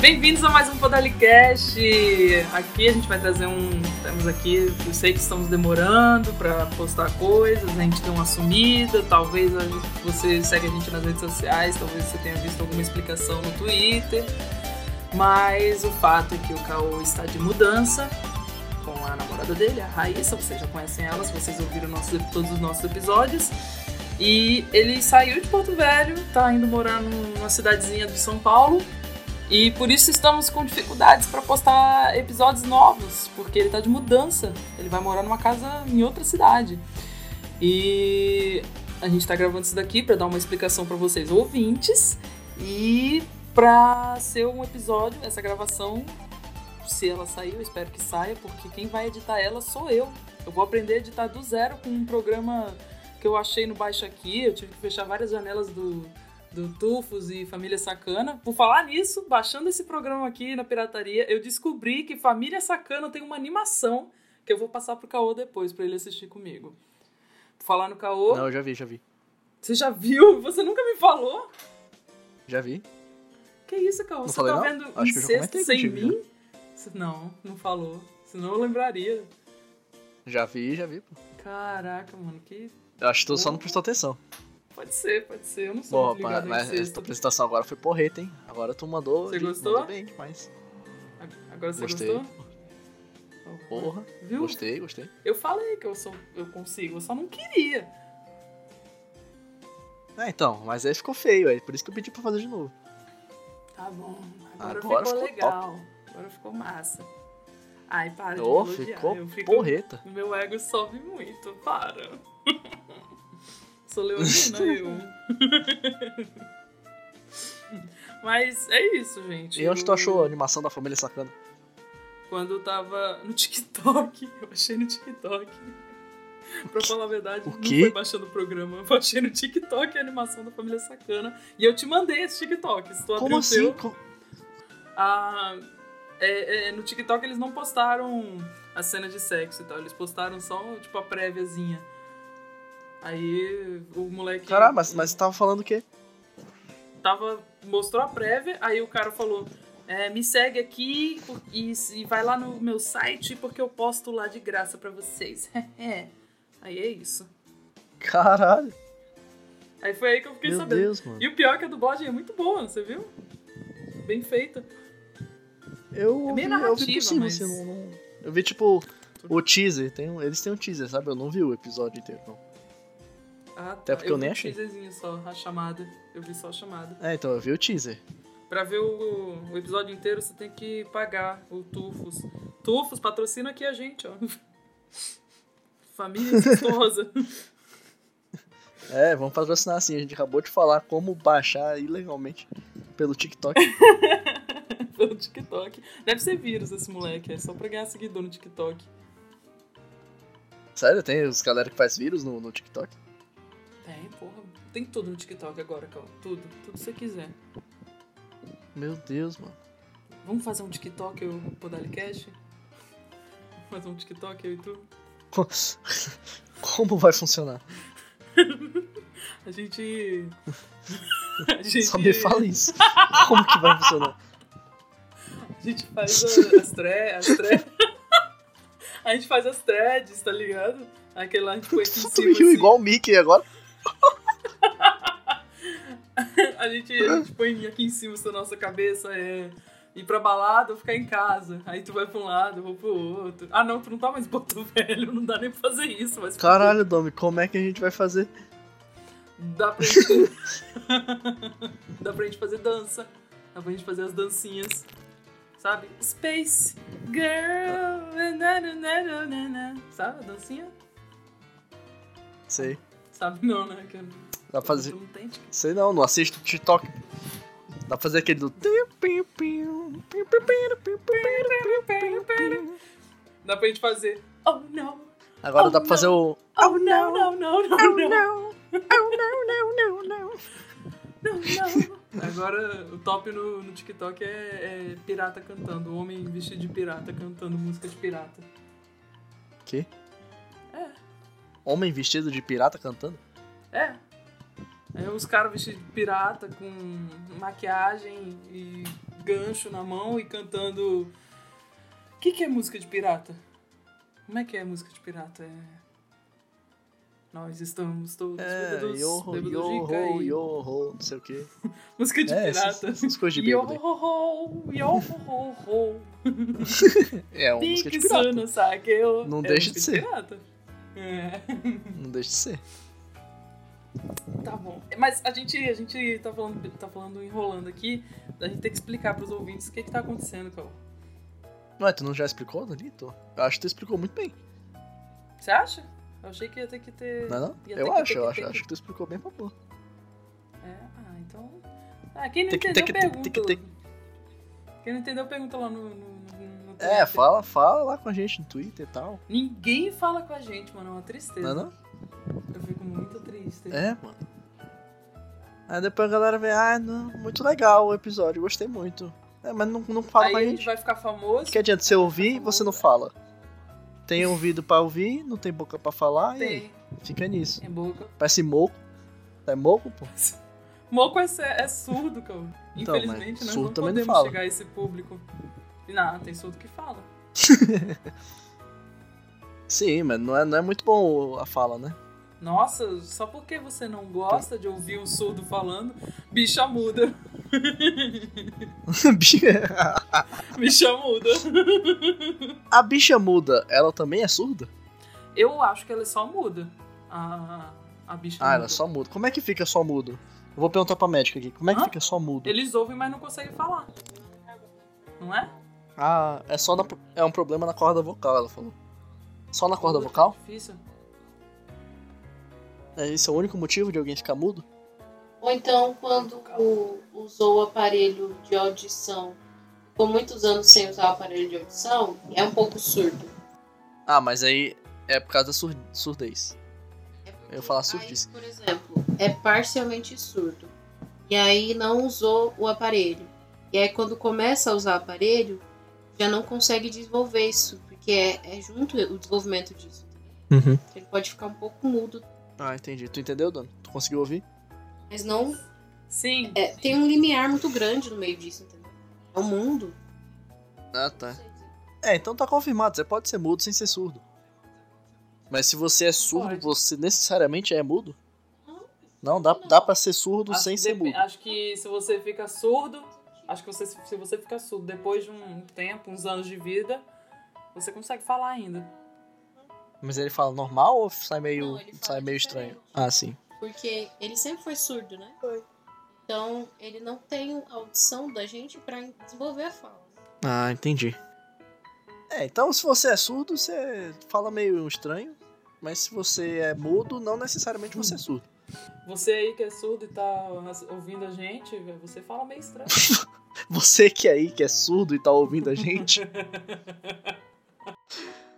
Bem-vindos a mais um Podalicast. Aqui a gente vai trazer um. Estamos aqui, eu sei que estamos demorando para postar coisas, a gente deu uma sumida, talvez a gente- você segue a gente nas redes sociais, talvez você tenha visto alguma explicação no Twitter. Mas o fato é que o Caô está de mudança com a namorada dele, a Raíssa, vocês já conhecem ela, se vocês ouviram nossos- todos os nossos episódios. E ele saiu de Porto Velho, tá indo morar numa cidadezinha de São Paulo. E por isso estamos com dificuldades para postar episódios novos, porque ele tá de mudança. Ele vai morar numa casa em outra cidade. E a gente tá gravando isso daqui para dar uma explicação para vocês ouvintes e para ser um episódio, essa gravação, se ela sair, eu espero que saia, porque quem vai editar ela sou eu. Eu vou aprender a editar do zero com um programa que eu achei no baixo aqui. Eu tive que fechar várias janelas do, do Tufos e Família Sacana. Por falar nisso, baixando esse programa aqui na pirataria, eu descobri que Família Sacana tem uma animação que eu vou passar pro Caô depois pra ele assistir comigo. Por falar no Caô, Não, eu já vi, já vi. você já viu? Você nunca me falou? Já vi. Que isso, Caô? Não Você falei, tá não? vendo Acho que eu já incesto comentei sem contigo, mim? Você- Não, não falou. Senão eu lembraria. Já vi, já vi. pô. Caraca, mano, que. Eu acho que tu só não prestou atenção. Pode ser, pode ser. Eu não sou Bom, muito ligado rapaz, em mas essa incesto. tua apresentação agora foi porreta, hein? Agora tu mandou. Você de- gostou? Mandou bem demais. Agora você Gostei. gostou? Porra. Viu? Gostei, gostei. Eu falei que eu sou, eu consigo, eu só não queria. Ah, então, mas aí ficou feio, aí. Por isso que eu pedi pra fazer de novo. Tá bom, agora, Agora ficou, ficou legal. Agora ficou massa. Ai, para Ô, Ah, de elogiar. ficou eu fico, porreta. Meu ego sobe muito, para. Sou leonina eu. Mas é isso, gente. E onde Eu- tu achou a animação da família sacana? Quando eu tava no TikTok, eu achei no TikTok. Pra falar a verdade, O não quê? foi baixando o programa. Eu baixei no TikTok a animação da Família Sacana. E eu te mandei esse TikTok. Se tu abriu Como o teu, assim? Co- a- é- é, no TikTok eles não postaram a cena de sexo e tal, eles postaram só, tipo, a préviazinha. Aí o moleque Caralho, mas, mas tu tava falando o quê? tava, mostrou a prévia, aí o cara falou, é, me segue aqui por- e, e vai lá no meu site porque eu posto lá de graça pra vocês. aí é isso. Caralho. Aí foi aí que eu fiquei Meu sabendo. Deus, mano. E o pior é que a dublagem é muito boa, você viu? Bem feita. É Eu meio ouvi, eu vi narrativa, por cima, mas- assim, eu não, não- Eu vi, tipo, o teaser. Tem um- eles têm um teaser, sabe? Eu não vi o episódio inteiro, não. Ah, Até porque eu nem vi o achei. teaserzinho só, a chamada. Eu vi só a chamada. É, então, eu vi o teaser. Pra ver o, o episódio inteiro, você tem que pagar o Tufos. Tufos patrocina aqui a gente, ó. Família incestuosa. É, vamos patrocinar assim. A gente acabou de falar como baixar ilegalmente pelo TikTok. pelo TikTok. Deve ser vírus esse moleque, é só pra ganhar seguidor no TikTok. Sério, tem os galera que faz vírus no, no TikTok? Tem, porra. Tem tudo no TikTok agora, Cal. Tudo. Tudo que você quiser. Meu Deus, mano. Vamos fazer um TikTok, eu Podalicast? Vamos fazer um TikTok, eu e tu? Co- Como vai funcionar? A gente. A gente. Só me fala isso. Como que vai funcionar? A gente faz a- as threads. As thread... a gente faz as threads, tá ligado? Aquela a gente põe aqui em Tu cima. riu assim. igual o Mickey agora? A gente, a gente põe aqui em cima da nossa cabeça é ir pra balada ou ficar em casa. Aí tu vai pra um lado, eu vou pro outro. Ah não, tu não tá mais em Porto Velho, não dá nem pra fazer isso, mas Caralho, Domi, como é que a gente vai fazer? dá pra gente. dá pra gente fazer dança. Dá pra gente fazer as dancinhas. Sabe? Space Girl. na, na, na, na, na, na. Sabe a dancinha? Sei. Sabe não, né? Que Dá pra fazer. Tu não tem tipo, Sei não, não assisto TikTok. Dá pra fazer aquele do. Dá pra gente fazer. Oh não! Agora dá pra fazer o. Oh não, não, não, não, não. não! Oh, não, não, não, não! Não, Oh, não. Agora o top no, no TikTok é, é pirata cantando, homem vestido de pirata cantando música de pirata. Que? É. Homem vestido de pirata cantando? É. É os caras vestidos de pirata com maquiagem e gancho na mão e cantando. O que, que é música de pirata? Como é que é música de pirata? É. Nós estamos todos É, bêbados, yoho, bêbados de yoho, cair. yoho, não sei o quê. Música de É, essas, pirata. essas coisas de bêbado. aí. Yoho, yoho, yoho. É uma música de pirata. Pixano, saqueu. Não É deixa de música ser. pirata. É. Não deixa de ser. Tá bom. Mas a gente, a gente tá, falando, tá falando, enrolando aqui, a gente tem que explicar pros ouvintes o que que tá acontecendo, Cauã. Ué, tu não já explicou, Danito? Eu acho que tu explicou muito bem. Você acha? Eu achei que ia ter que ter... Não é não? Ia ter Eu que- acho, ter eu que- acho. ter que- Acho que tu explicou bem pra pô. É, ah, então... Ah, quem não Tem que- entendeu, tem que- tem pergunta. que- Quem não entendeu, pergunta lá no... no, no- no É, Twitter. fala, fala lá com a gente no Twitter e tal. Ninguém fala com a gente, mano, é uma Não é tristeza. não? Eu fico muito triste. É, mano. Aí depois a galera vê, ah, não, muito legal o episódio, gostei muito. É, mas não, não fala Aí pra a gente. é gente vai ficar famoso, Que adianta você ouvir e você não fala. Tem ouvido pra ouvir, não tem boca pra falar, e tem... aí, fica nisso. É boca. Parece moco. É moco, pô? Moco é, sé- é surdo, cara. Então, mas Infelizmente, nós surdo não também não podemos fala. chegar a esse público. Não, tem surdo que fala. Sim, mas não é, não é muito bom o- a fala, né? Nossa, só porque você não gosta de ouvir um surdo falando, bicha muda. Bicha muda. a bicha muda, ela também é surda? Eu acho que ela só muda. A, a bicha Ah, muda. ela só muda. Como é que fica só mudo? Eu vou perguntar pra médica aqui. Como é que Hã? fica só mudo? Eles ouvem, mas não conseguem falar. Não é? Ah, é só na, é um problema na corda vocal, ela falou. Só na corda vocal? Difícil. É Esse é o único motivo de alguém ficar mudo? Ou então, quando o- usou o aparelho de audição, ficou muitos anos sem usar o aparelho de audição, é um pouco surdo. Ah, mas aí é por causa da sur- surdez. É porque Eu ia falar aí, surdice. por exemplo, é parcialmente surdo. E aí não usou o aparelho. E aí, quando começa a usar o aparelho, já não consegue desenvolver isso, porque é, é junto o desenvolvimento disso. Uhum. Ele pode ficar um pouco mudo, Ah, entendi. Tu entendeu, Dona? Tu conseguiu ouvir? mas não. Sim. é, tem um limiar muito grande no meio disso, entendeu? É o mundo. Ah, tá. É, então tá confirmado. Você pode ser mudo sem ser surdo. Mas se você é surdo, Pode. você necessariamente é mudo? Não, dá, dá pra ser surdo Acho sem que ser depe- mudo. Acho que se você fica surdo, acho que você, se você fica surdo depois de um tempo, uns anos de vida, você consegue falar ainda. Mas ele fala normal ou sai meio, Não, ele fala sai meio diferente. estranho? Ah, sim. Porque ele sempre foi surdo, né? Foi. Então, ele não tem a audição da gente pra desenvolver a fala. né? Ah, entendi. É, então se você é surdo, você fala meio estranho. Mas se você é mudo, não necessariamente você é surdo. Você aí que é surdo e tá ouvindo a gente, velho, você fala meio estranho. Você que aí que é surdo e tá ouvindo a gente.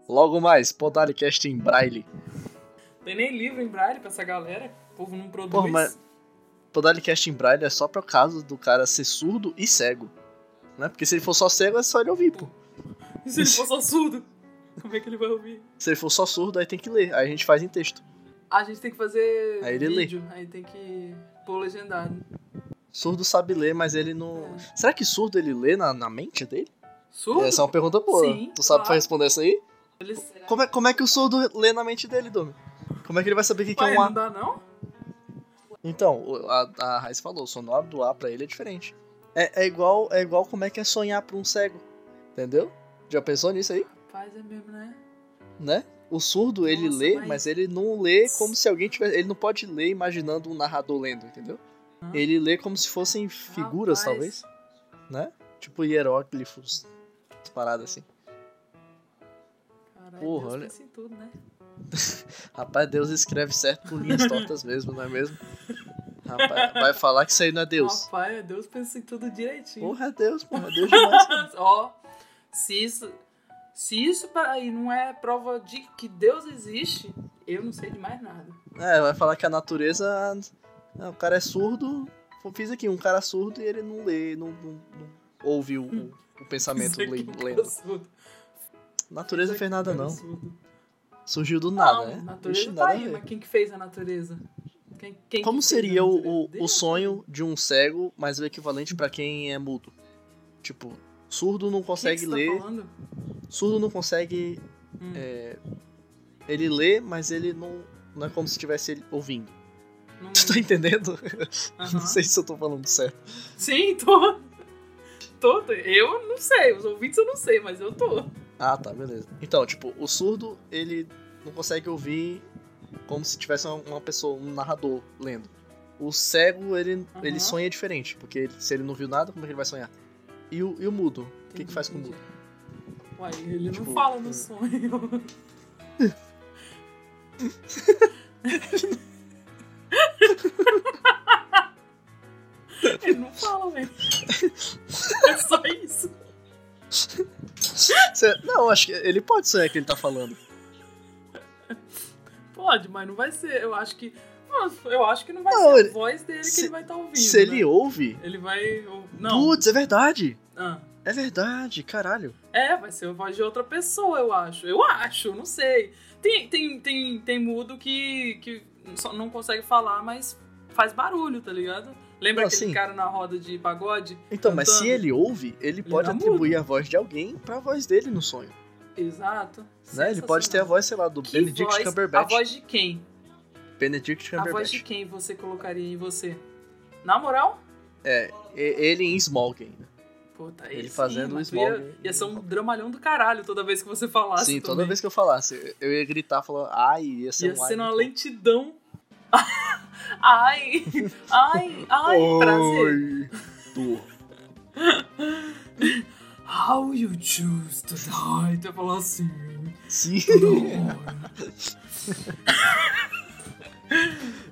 Logo mais, Podalicast em Braille. Tem nem livro em braille pra essa galera. O povo não produz. Porra, mas- Podalicast em Braille é só pra caso do cara ser surdo e cego. Né? Porque se ele for só cego, é só ele ouvir, pô. E se ele for só surdo? Como é que ele vai ouvir? Se ele for só surdo, aí tem que ler. Aí a gente faz em texto. A gente tem que fazer Aí ele vídeo, aí tem que pôr legendado. Surdo sabe ler, mas ele não. Será que surdo ele lê na, na mente dele? Surdo? Essa é uma pergunta boa. Sim, tu sabe pra claro. responder isso aí? Eles... Como é, como é que o surdo lê na mente dele, Domi? Como é que ele vai saber o que, que é Ué, um A? não dá não? Então, o- a, a Raiz falou, o sonoro do A pra ele é diferente. É, é igual é igual como é que é sonhar pra um cego. Entendeu? Já pensou nisso aí? Rapaz, é mesmo, né? Né? O surdo, ele Nossa, lê, mas... mas- ele não lê como se alguém tivesse. Ele não pode ler imaginando um narrador lendo, entendeu? Ah. Ele lê como se fossem figuras, Rapaz. talvez. Né? Tipo hieróglifos. umas Paradas assim. Caralho, Porra, Deus olha- pensa em tudo, né? Rapaz, Deus escreve certo por linhas tortas mesmo, não é mesmo? Rapaz, vai falar que isso aí não é Deus. Rapaz, Deus pensa em tudo direitinho. Porra, é Deus, porra, é Deus demais. cara. Ó, se isso, se isso aí não é prova de que Deus existe, eu não sei de mais nada. É, vai falar que a natureza. ah, O cara é surdo. eu Fiz aqui um cara surdo e ele não lê, não, não- não ouve o, o- o pensamento Isso aqui le- é lendo. absurdo. Natureza Isso fez aqui nada, é não. absurdo. Surgiu do nada, não, né? a natureza Vixe, tá nada a aí, ver. mas quem que fez a natureza? Quem, quem Como que fez a seria o- natureza? o, o, Deus. sonho de um cego, mas o equivalente pra quem é mudo? Tipo, surdo não consegue que que você ler. Tá falando? surdo não consegue. Hum. é, ele lê, mas ele não. Não é como se estivesse ele ouvindo. Não- Tu tá entendendo? Aham. Não sei se eu tô falando certo. Sim, tô. tô. tô. Eu não sei, os ouvintes eu não sei, mas eu tô. Ah, tá, beleza. Então, tipo, o surdo, ele não consegue ouvir como se tivesse uma, uma pessoa, um narrador lendo. O cego, ele, ele Aham. sonha diferente, porque ele- se ele não viu nada, como é que ele vai sonhar? E o, e o mudo? O que, que faz com o mudo? Uai, ele Tipo, não fala é. no sonho. ele não fala, velho. É só isso. Cê- não, acho que ele pode sonhar que ele tá falando. Pode, mas não vai ser. Eu acho que. Nossa, Eu acho que não vai Não, ser ele- a voz dele se- que ele vai estar ouvindo. se ele né? ouve. Ele vai. Não. Putz, é verdade! Ah. É verdade, caralho. É, vai ser a voz de outra pessoa, eu acho. Eu acho, não sei. Tem, tem, tem, tem mudo que, que só não consegue falar, mas faz barulho, tá ligado? Lembra Não, aquele sim. cara na roda de pagode? Então, mas se Cantando. ele ouve, ele pode tá atribuir a voz de alguém pra voz dele no sonho. Exato. Né? Ele pode ter a Sensacional. voz, sei lá, do Que Benedict voz- Cumberbatch. A voz de quem? Benedict A Cumberbatch. voz de quem você colocaria em você? Na moral? É, E- Ele em Smoking. Puta, aí Ele sim, fazendo mas o smog. Ia, ia ser um dramalhão do caralho toda vez que você falasse. Sim, toda também. vez que eu falasse, eu ia gritar, falando, ai, ia ser Ia um ai ser uma muito lentidão. ai, ai, ai, prazer. bom. Dor. How you choose to die? Tu ia falar assim. Sim. toda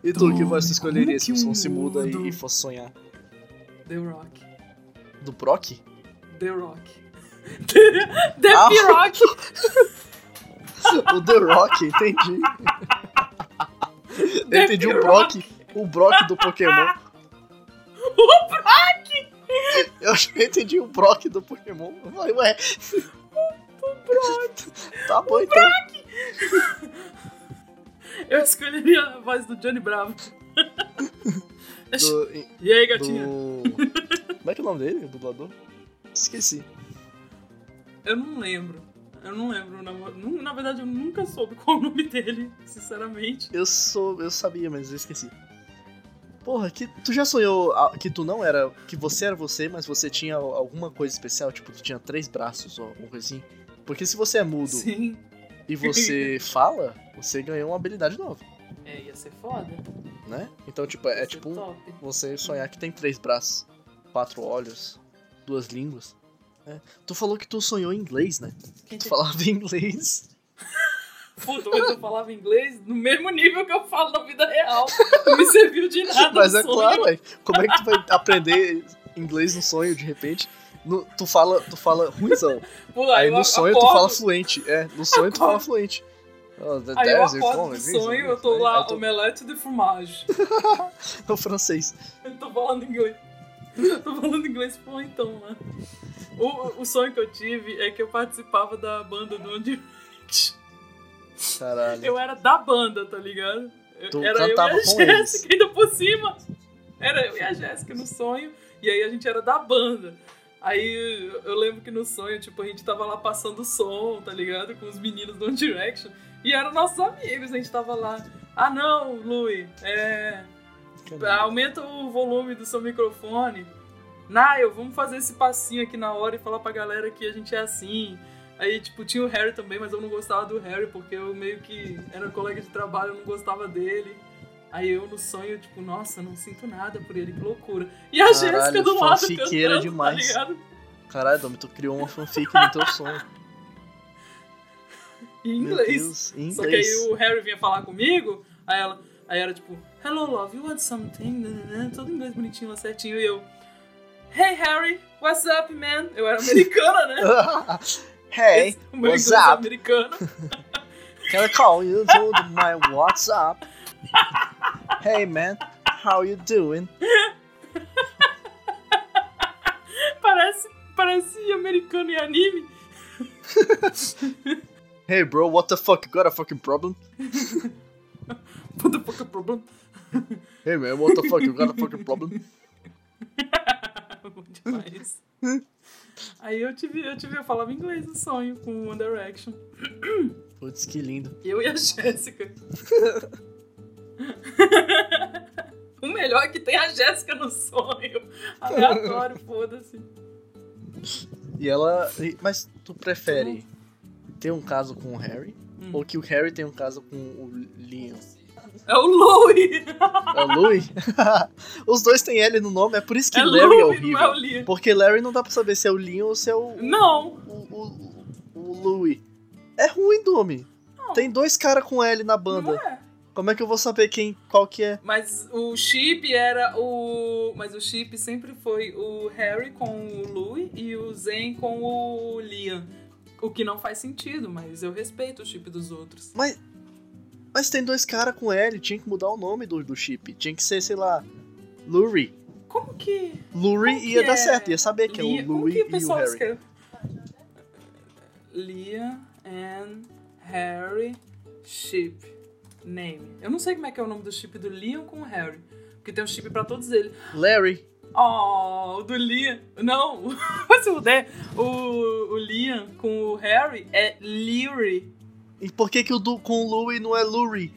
E tu, que Dor. voz tu escolheria se o Como que som se muda muda? e, e fosse sonhar? hora. The Rock. Do Proc? The Rock. The, the Ah. Rock. O The Rock, entendi. Eu The entendi o Rock. Brock, o Brock do Pokémon. O Brock. Eu acho que eu entendi o Brock do Pokémon. Eu falei, ué. O Brock. Tá bom, então. Eu escolheria a voz do Johnny Bravo. Do, E aí, gatinha? do... Como é que é o nome dele, o dublador? Esqueci. Eu não lembro. Eu não lembro. Na, nu- na verdade, eu nunca soube qual o nome dele, sinceramente. Eu sou. Eu sabia, mas eu esqueci. Porra, que, tu já sonhou a- que tu não era. Que você era você, mas você tinha al- alguma coisa especial? Tipo, tu tinha três braços ou alguma coisa assim? Porque se você é mudo Sim. e você fala, você ganhou uma habilidade nova, É, ia ser foda. né? Então, tipo, é Ia ser tipo um- top. você sonhar que tem três braços, quatro olhos, duas línguas. né? Tu falou que tu sonhou em inglês, né? Quem Tu tem- falava em inglês. Puta, mas eu falava inglês no mesmo nível que eu falo na vida real. Não me serviu de nada. Mas no é um sonho. claro, ué. como é que tu vai aprender inglês no sonho de repente? No- tu fala, tu fala ruimzão. Pô, Aí eu no sonho tu acordo- fala fluente. É, no sonho tu fala fluente. Oh, the Aí eu desert, acordo como é do que sonho, é? eu tô lá, Aí tu- omelete de fromage. tô francês. Eu tô falando inglês. tô falando inglês fluentão lá. O, o sonho que eu tive é que eu participava da banda do One Direction. Caralho. Eu era da banda, tá ligado? Eu- Tu era eu e cantava a com eles. Jéssica, ainda por cima. Era eu e a Jéssica no sonho, e aí a gente era da banda. Aí eu- eu lembro que no sonho, tipo, a gente tava lá passando som, tá ligado? Com os meninos do One Direction. E eram nossos amigos, a gente tava lá. Ah não, Lui, é. Aumenta o volume do seu microfone. Nail, vamos fazer esse passinho aqui na hora e falar pra galera que a gente é assim. Aí, tipo, tinha o Harry também, mas eu não gostava do Harry, porque eu meio que era colega de trabalho, eu não gostava dele. Aí eu no sonho, tipo, nossa, não sinto nada por ele, que loucura. E a Caralho, Jéssica do lado fanfiqueira cantando, demais. tá ligado? Caralho, Domi, tu criou uma fanfic no teu sonho. Em Meu inglês. Deus, em Só que aí inglês. o Harry vinha falar comigo, aí ela, aí era tipo, Hello love, you want something? Né, Nananã, Todo inglês bonitinho, lá certinho, e eu, Hey Harry, what's up, man? Eu era americana, né? hey, o meu what's inglês é up? americano. can I call you to my WhatsApp? hey, man, how you doing? Parece, parece americano em anime. Hey, bro, what the fuck? You got a fucking problem? Puta pouca é problema. Hey, man, what the fuck? You got a fucking problem? Bom demais. Aí eu tive, eu tive, eu falava inglês no sonho com One Direction. Putz, que lindo. Eu e a Jéssica. o melhor é que tem a Jéssica no sonho. Aleatório, foda-se. E ela. e- Mas tu prefere ter um caso com o Harry? Hum. Ou que o Harry tenha um caso com o Leon? É o Louie! É o Louis? Os dois têm L no nome, é por isso que é Larry é Louie, não é o horrível. Lee. Porque Larry não dá pra saber se é o Leon ou se é o, Não! o, o, o Louis. É ruim, nome. Tem dois caras com L na Não banda. é. Como é que eu vou saber quem, qual que é? Mas o chip era o. Mas o chip sempre foi o Harry com o Louie e o Zen com o Liam. O que não faz sentido, mas eu respeito o chip dos outros. Mas tem dois caras com L, tinha que mudar o nome do, do chip. Tinha que ser, sei lá, Lurie. Como que. Lurie que ia dar é? certo, ia saber que Lia- é o como Louis que o e o pessoal Harry. escreve? Lia and Harry Ship Name. Eu não sei como é que é o nome do chip do Liam com o Harry. Porque tem um chip pra todos eles. Larry. Oh, o do Liam. Não, se puder. O, o Liam com o Harry é Leary. E por que que o do, com o Louis não é Lurie?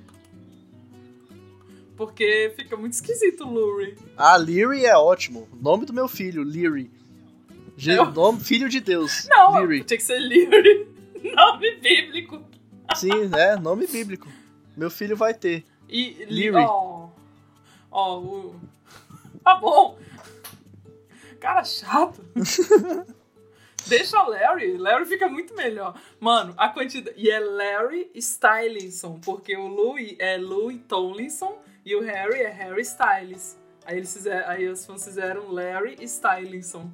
Porque fica muito esquisito o Lurie. Ah, Leary é ótimo. Nome do meu filho, Leary. Je- Eu- nome, filho de Deus. Não, Leary. tinha que ser Leary. Nome bíblico. Sim, é, nome bíblico. Meu filho vai ter. E Leary. Ó, ó, o... Tá bom. Cara chato. Deixa Larry. Larry fica muito melhor. Mano, a quantidade... E é Larry Stylinson, porque o Louis é Louis Tomlinson e o Harry é Harry Styles. Aí, eles fizeram, aí os fãs fizeram Larry Stylinson.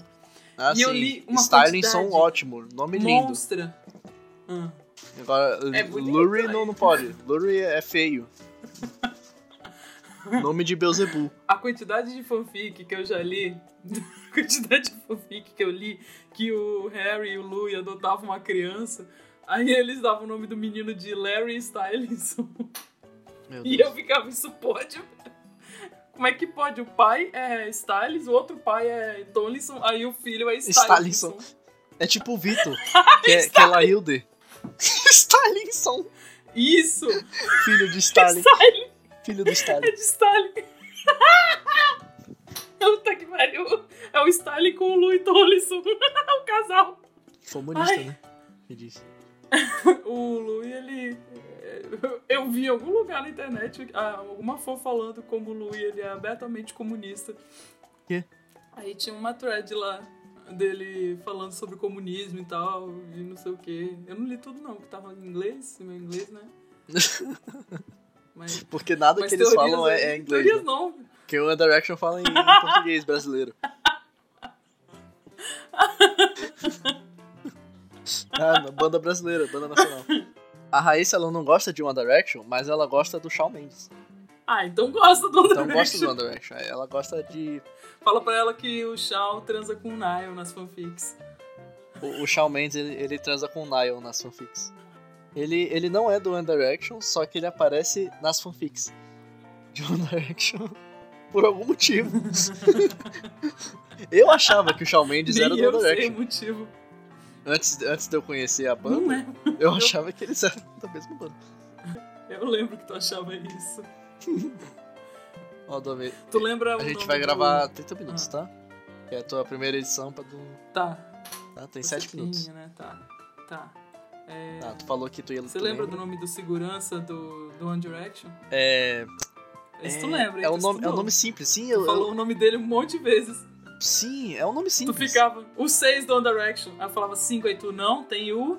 Ah, E eu sim. li uma Stylinson, quantidade. ótimo. Nome lindo. Monstra. Ah. Agora, É bonito, Lurie né? não, não pode. Lurie é feio. nome de Beelzebub. A quantidade de fanfic que eu já li, a quantidade de fanfic que eu li, que o Harry e o Louie adotavam uma criança, aí eles davam o nome do menino de Larry Stylinson. Meu E Deus. eu ficava, isso pode? Como é que pode? O pai é Stylins, o outro pai é Tomlinson, aí o filho é Stylinson. Stylinson. É tipo o Vitor, que, é, que é Lailde. Stalinson. Isso! Filho de Stalin. Stylin Filho do é Stalin. de Stalin. Puta que pariu. É o Stalin com o Louie Tomlinson. o casal. Comunista, Ai. né? Me disse. O Louis, ele. é, Eu vi em algum lugar na internet ah, alguma fã falando como o Louis ele é abertamente comunista. Quê? Aí tinha uma thread lá dele falando sobre comunismo e tal, e não sei o quê. Eu não li tudo não, que tava em inglês, em meu inglês, né? Mas, Porque nada mas que eles teorias falam é, aí- é inglês. Teorias né? não. Porque o One Direction fala em português brasileiro. ah, na banda brasileira, banda nacional. A Raíssa ela não gosta de One Direction, mas ela gosta do Shawn Mendes. Ah, então gosta do One Então gosta Direction. do One Direction. Ela gosta de. Fala pra ela que o Shao transa com o Niall nas fanfics. O, o Shawn Mendes ele, ele transa com o Niall nas fanfics. Ele, ele não é do One Direction, só que ele aparece nas fanfics de One Direction. Por algum motivo. eu achava que o Shawn Mendes Nem era do eu One sei Direction. o motivo. Antes, antes de eu conhecer a Não banda, é. eu achava que eles eram da mesma banda. Eu lembro que tu achava isso. Ó, Domi, Tu lembra o a gente nome vai do- Ah. gravar 30 minutos, tá? Que é a tua primeira edição pra tu. Tá. Tá? Tem Você 7 tinha, minutos. né? Tá. Tá. É, Tá, tu falou que tu ia Você tu lembra do nome do segurança do, do One Direction? É. Esse é, tu lembra, hein? É tu um nome, é um estudou. nome simples, sim. Tu Eu, eu- falou o nome dele um monte de vezes. sim, é um nome Tu simples. ficava, o 6 do One Direction. Aí eu falava 5, aí tu não, tem o.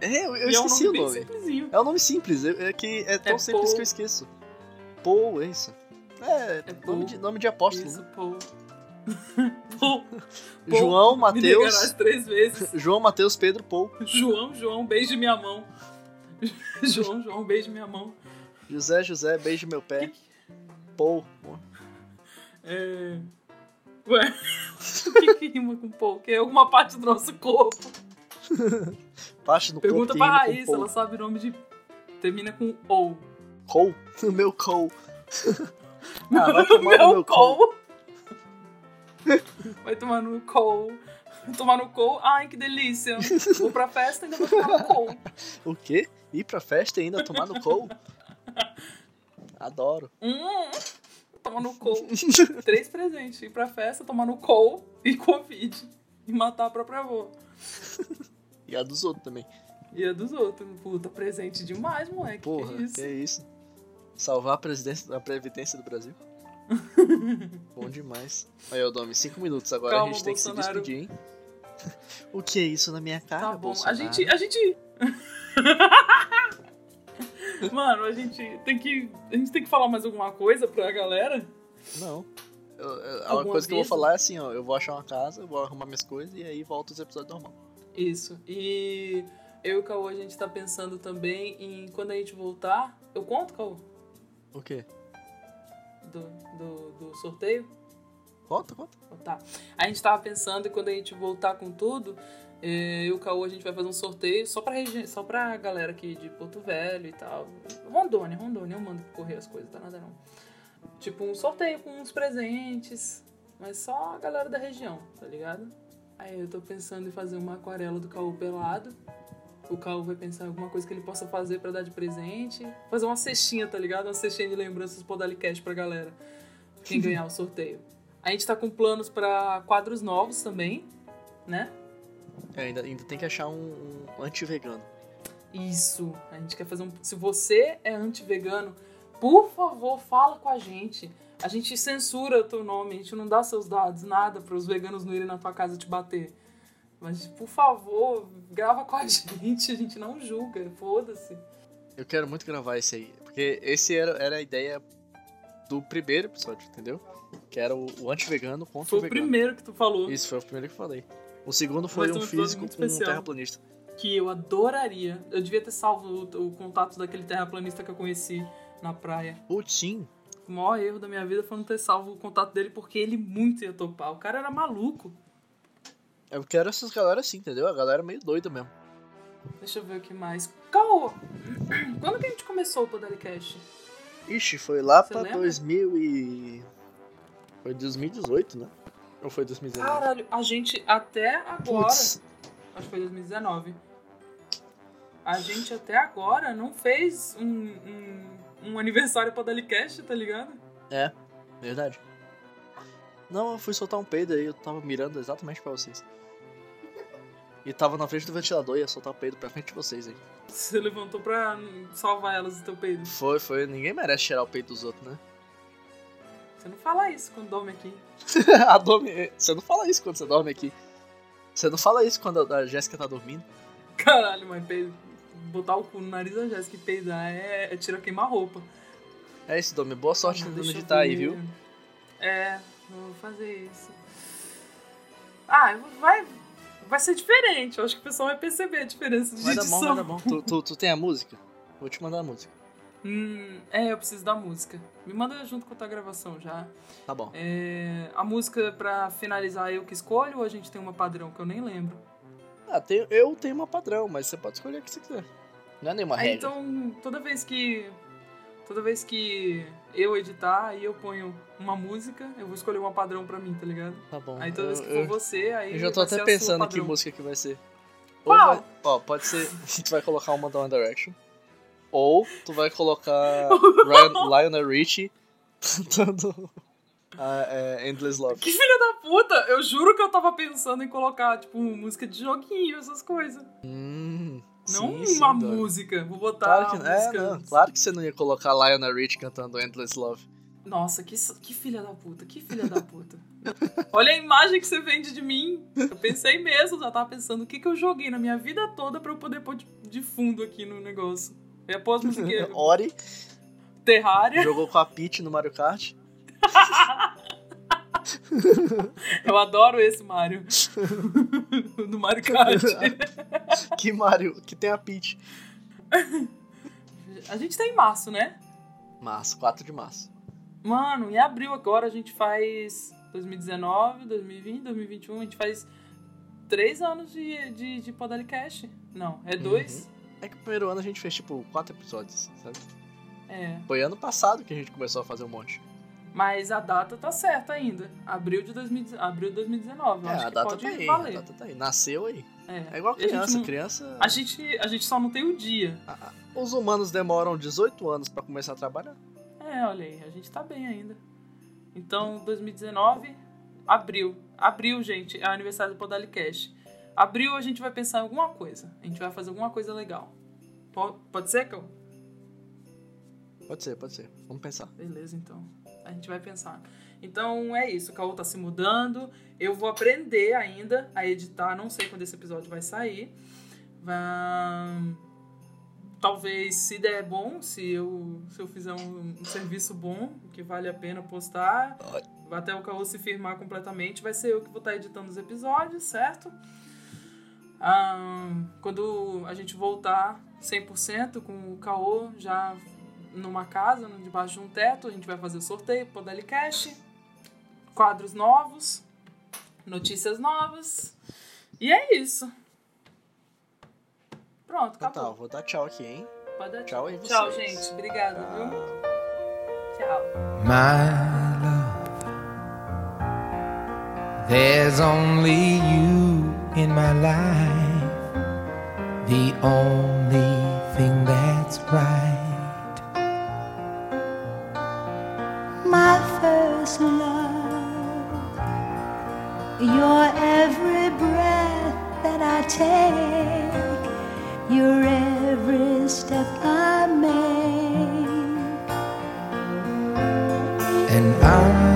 É, eu, eu e é um esqueci nome o bem nome. simplesinho. É um nome simples, é, é que é tão É simples Paul. que eu esqueço. Paul, é isso. É, Paul. nome, de, nome de apóstolo. Isso, né? Paul. Paul. Paul. João, Me negarás Mateus. três vezes. João, Mateus, Pedro, Paul. João, João, beije minha mão. João, João, beije minha mão. José, José, beijo meu pé. Paul. É... Ué, o que que rima com pouco? É alguma parte do nosso corpo. Parte do Pergunta corpo pra que rima Raíssa, com ela sabe o nome de... Termina com ou. Cole? Meu Cole. Ah, vai tomar no meu col. Vai tomar no col. Tomar no col. Ai, que delícia. Vou pra festa e ainda vou tomar no col. O quê? Ir pra festa e ainda tomar no cou? Adoro. Hum, tomar no col. Três presentes. Ir pra festa, tomar no col e Covid. E matar a própria avó. E a dos outros também. E a dos outros. Puta, presente demais, moleque. Porra, que isso? que isso. Salvar a, presidência, a Previdência do Brasil. Bom demais. Aí, Odomi, cinco minutos agora Calma, a gente tem Bolsonaro. que se despedir, hein? o que é isso na minha cara, Tá bom. A Bolsonaro? gente. A gente. Mano, a gente tem que. A gente tem que falar mais alguma coisa pra galera. Não. Eu, eu- a Algum coisa que eu vou aviso? falar é assim, ó. Eu vou achar uma casa, eu vou arrumar minhas coisas e aí volta os episódios normal. Isso. E eu e o Caô, a gente tá pensando também em quando a gente voltar. Eu conto, Caô? O quê? Do, do, do sorteio? Volta, volta. Então Tá. A gente tava pensando e quando a gente voltar com tudo, eh, eu e o Caô, a gente vai fazer um sorteio só pra, regi- só pra galera aqui de Porto Velho e tal. Rondônia, Rondônia, eu mando correr as coisas, tá nada não. Tipo, um sorteio com uns presentes, mas só a galera da região, tá ligado? Aí eu tô pensando em fazer uma aquarela do Caô pelado. O Caô vai pensar em alguma coisa que ele possa fazer pra dar de presente. Fazer uma cestinha, tá ligado? Uma cestinha de lembranças Podalicast pra galera. Quem ganhar o sorteio. A gente tá com planos pra quadros novos também, né? É, ainda, ainda tem que achar um, um anti-vegano. Isso. A gente quer fazer um. Se você é anti-vegano, por favor, fala com a gente. A gente censura teu nome, a gente não dá seus dados, nada, para os veganos não irem na tua casa te bater. Mas, por favor, grava com a gente, a gente não julga, foda-se. Eu quero muito gravar esse aí. Porque esse era, era a ideia do primeiro episódio, entendeu? Que era o, o anti-vegano contra Foi o o vegano. primeiro que tu falou, Isso, foi o primeiro que eu falei. O segundo foi Mas um tem um episódio físico muito com um especial. terraplanista. que eu adoraria. Eu devia ter salvo o, o contato daquele terraplanista que eu conheci na praia. Putz, sim. O maior erro da minha vida foi não ter salvo o contato dele porque ele muito ia topar. O cara era maluco. Eu quero essas galera assim, entendeu? A galera meio doida mesmo. Deixa eu ver o que mais. Caô! Quando que a gente começou o Podalicast? Ixi, foi lá Você pra lembra? 2000 e... Foi 2018, né? Ou foi 2019? Caralho, a gente até agora. Putz, Acho que foi 2019. A gente até agora não fez um, um, um aniversário Podalicast, tá ligado? verdade. Não, eu fui soltar um peido aí, eu tava mirando exatamente pra vocês. E tava na frente do ventilador, ia soltar o peido pra frente de vocês aí. Você levantou pra salvar elas do teu peido. Foi, foi. Ninguém merece cheirar o peito dos outros, né? Você não fala isso quando dorme aqui. A dorme... Você não fala isso quando você dorme aqui. Você não fala isso quando a a Jéssica tá dormindo. Caralho, mas peido. Botar o cu no nariz da Jéssica e peidar é, é tira queima-roupa. É isso, Domi. Boa sorte Calma, tentando deixa eu editar tá aí, ver. viu? É, eu vou fazer isso. Ah, eu vou- vai, vai ser diferente. Eu acho que o pessoal vai perceber a diferença de Vai dar bom, vai edição. dar bom. Tu, tu, tu tem a música? Vou te mandar a música. Hum, é, eu preciso da música. Me manda junto com a tua gravação já. Tá bom. É, a música pra finalizar eu que escolho ou a gente tem uma padrão que eu nem lembro? Ah, tem- eu tenho uma padrão, mas você pode escolher o que você quiser. Não é nenhuma Ah, regra. então, toda vez que. Toda vez que eu editar, aí eu ponho uma música, eu vou escolher uma padrão pra mim, tá ligado? Tá bom. Aí toda eu, vez que for eu- você, aí. eu já tô vai ser até a sua pensando que padrão. música que vai ser. Qual? Ou vai- ó, pode ser. tu vai colocar uma da One Direction. Ou tu vai colocar Ryan- Lionel Richie cantando ah, é, Endless Love. Que filha da puta! Eu juro que eu tava pensando em colocar, tipo, música de joguinho, essas coisas. Hum, Não sim, sim, uma Dora. música. Vou botar Claro que, a é, música. não, claro que você não ia colocar Lionel Rich cantando Endless Love. Nossa, que, s- que filha da puta, que filha da puta. Olha a imagem que você vende de mim. Eu pensei mesmo, já tava pensando o que, que eu joguei na minha vida toda pra eu poder pôr de, de fundo aqui no negócio. Eu ia pôr as musiquinhas. Ori Terraria. jogou com a Peach no Mario Kart. Eu adoro esse Mario. Do Mario Kart. Que Mario? Que tem a Peach. A gente tá em março, né? Março, 4 de março. Mano, em abril agora a gente faz 2019, 2020, 2021, a gente faz três anos de, de, de Podalicast. Não, é dois. É que o primeiro ano a gente fez tipo 4 episódios, sabe? É. Foi ano passado que a gente começou a fazer um monte. Mas a data tá certa ainda. Abril de 2000, abril de 2019. Eu É, acho a que data pode tá aí, a valer. data tá aí. Nasceu aí. É. É igual E a gente criança, não- criança... A gente, a gente só não tem o dia. Os humanos demoram 18 anos pra começar a trabalhar. É, olha aí, a gente tá bem ainda. Então, 2019, abril. Abril, gente, é o aniversário do Podalicast. Abril a gente vai pensar em alguma coisa. A gente vai fazer alguma coisa legal. Po- Pode ser, Cão? Pode ser, pode ser. Vamos pensar. Beleza, então. A gente vai pensar. Então é isso, o Caô tá se mudando. Eu vou aprender ainda a editar, não sei quando esse episódio vai sair. Vai- Talvez, se der bom, se eu, se eu fizer um, um serviço bom, que vale a pena postar, vai até o Caô se firmar completamente, vai ser eu que vou estar editando os episódios, certo? Ah, quando a gente voltar 100% com o Caô já numa casa, no- debaixo de um teto, a gente vai fazer o sorteio, Podalicast, quadros novos, notícias novas. E é isso. Pronto, Então tá, acabou. eu vou dar tchau aqui, hein? Pode dar tchau. Tchau aí vocês. Tchau, gente. Obrigada, viu? Tchau. Tchau. My love, there's only you in my life, the only thing that's right. my first love. Your every breath that I take, your every step I make. And I Oh,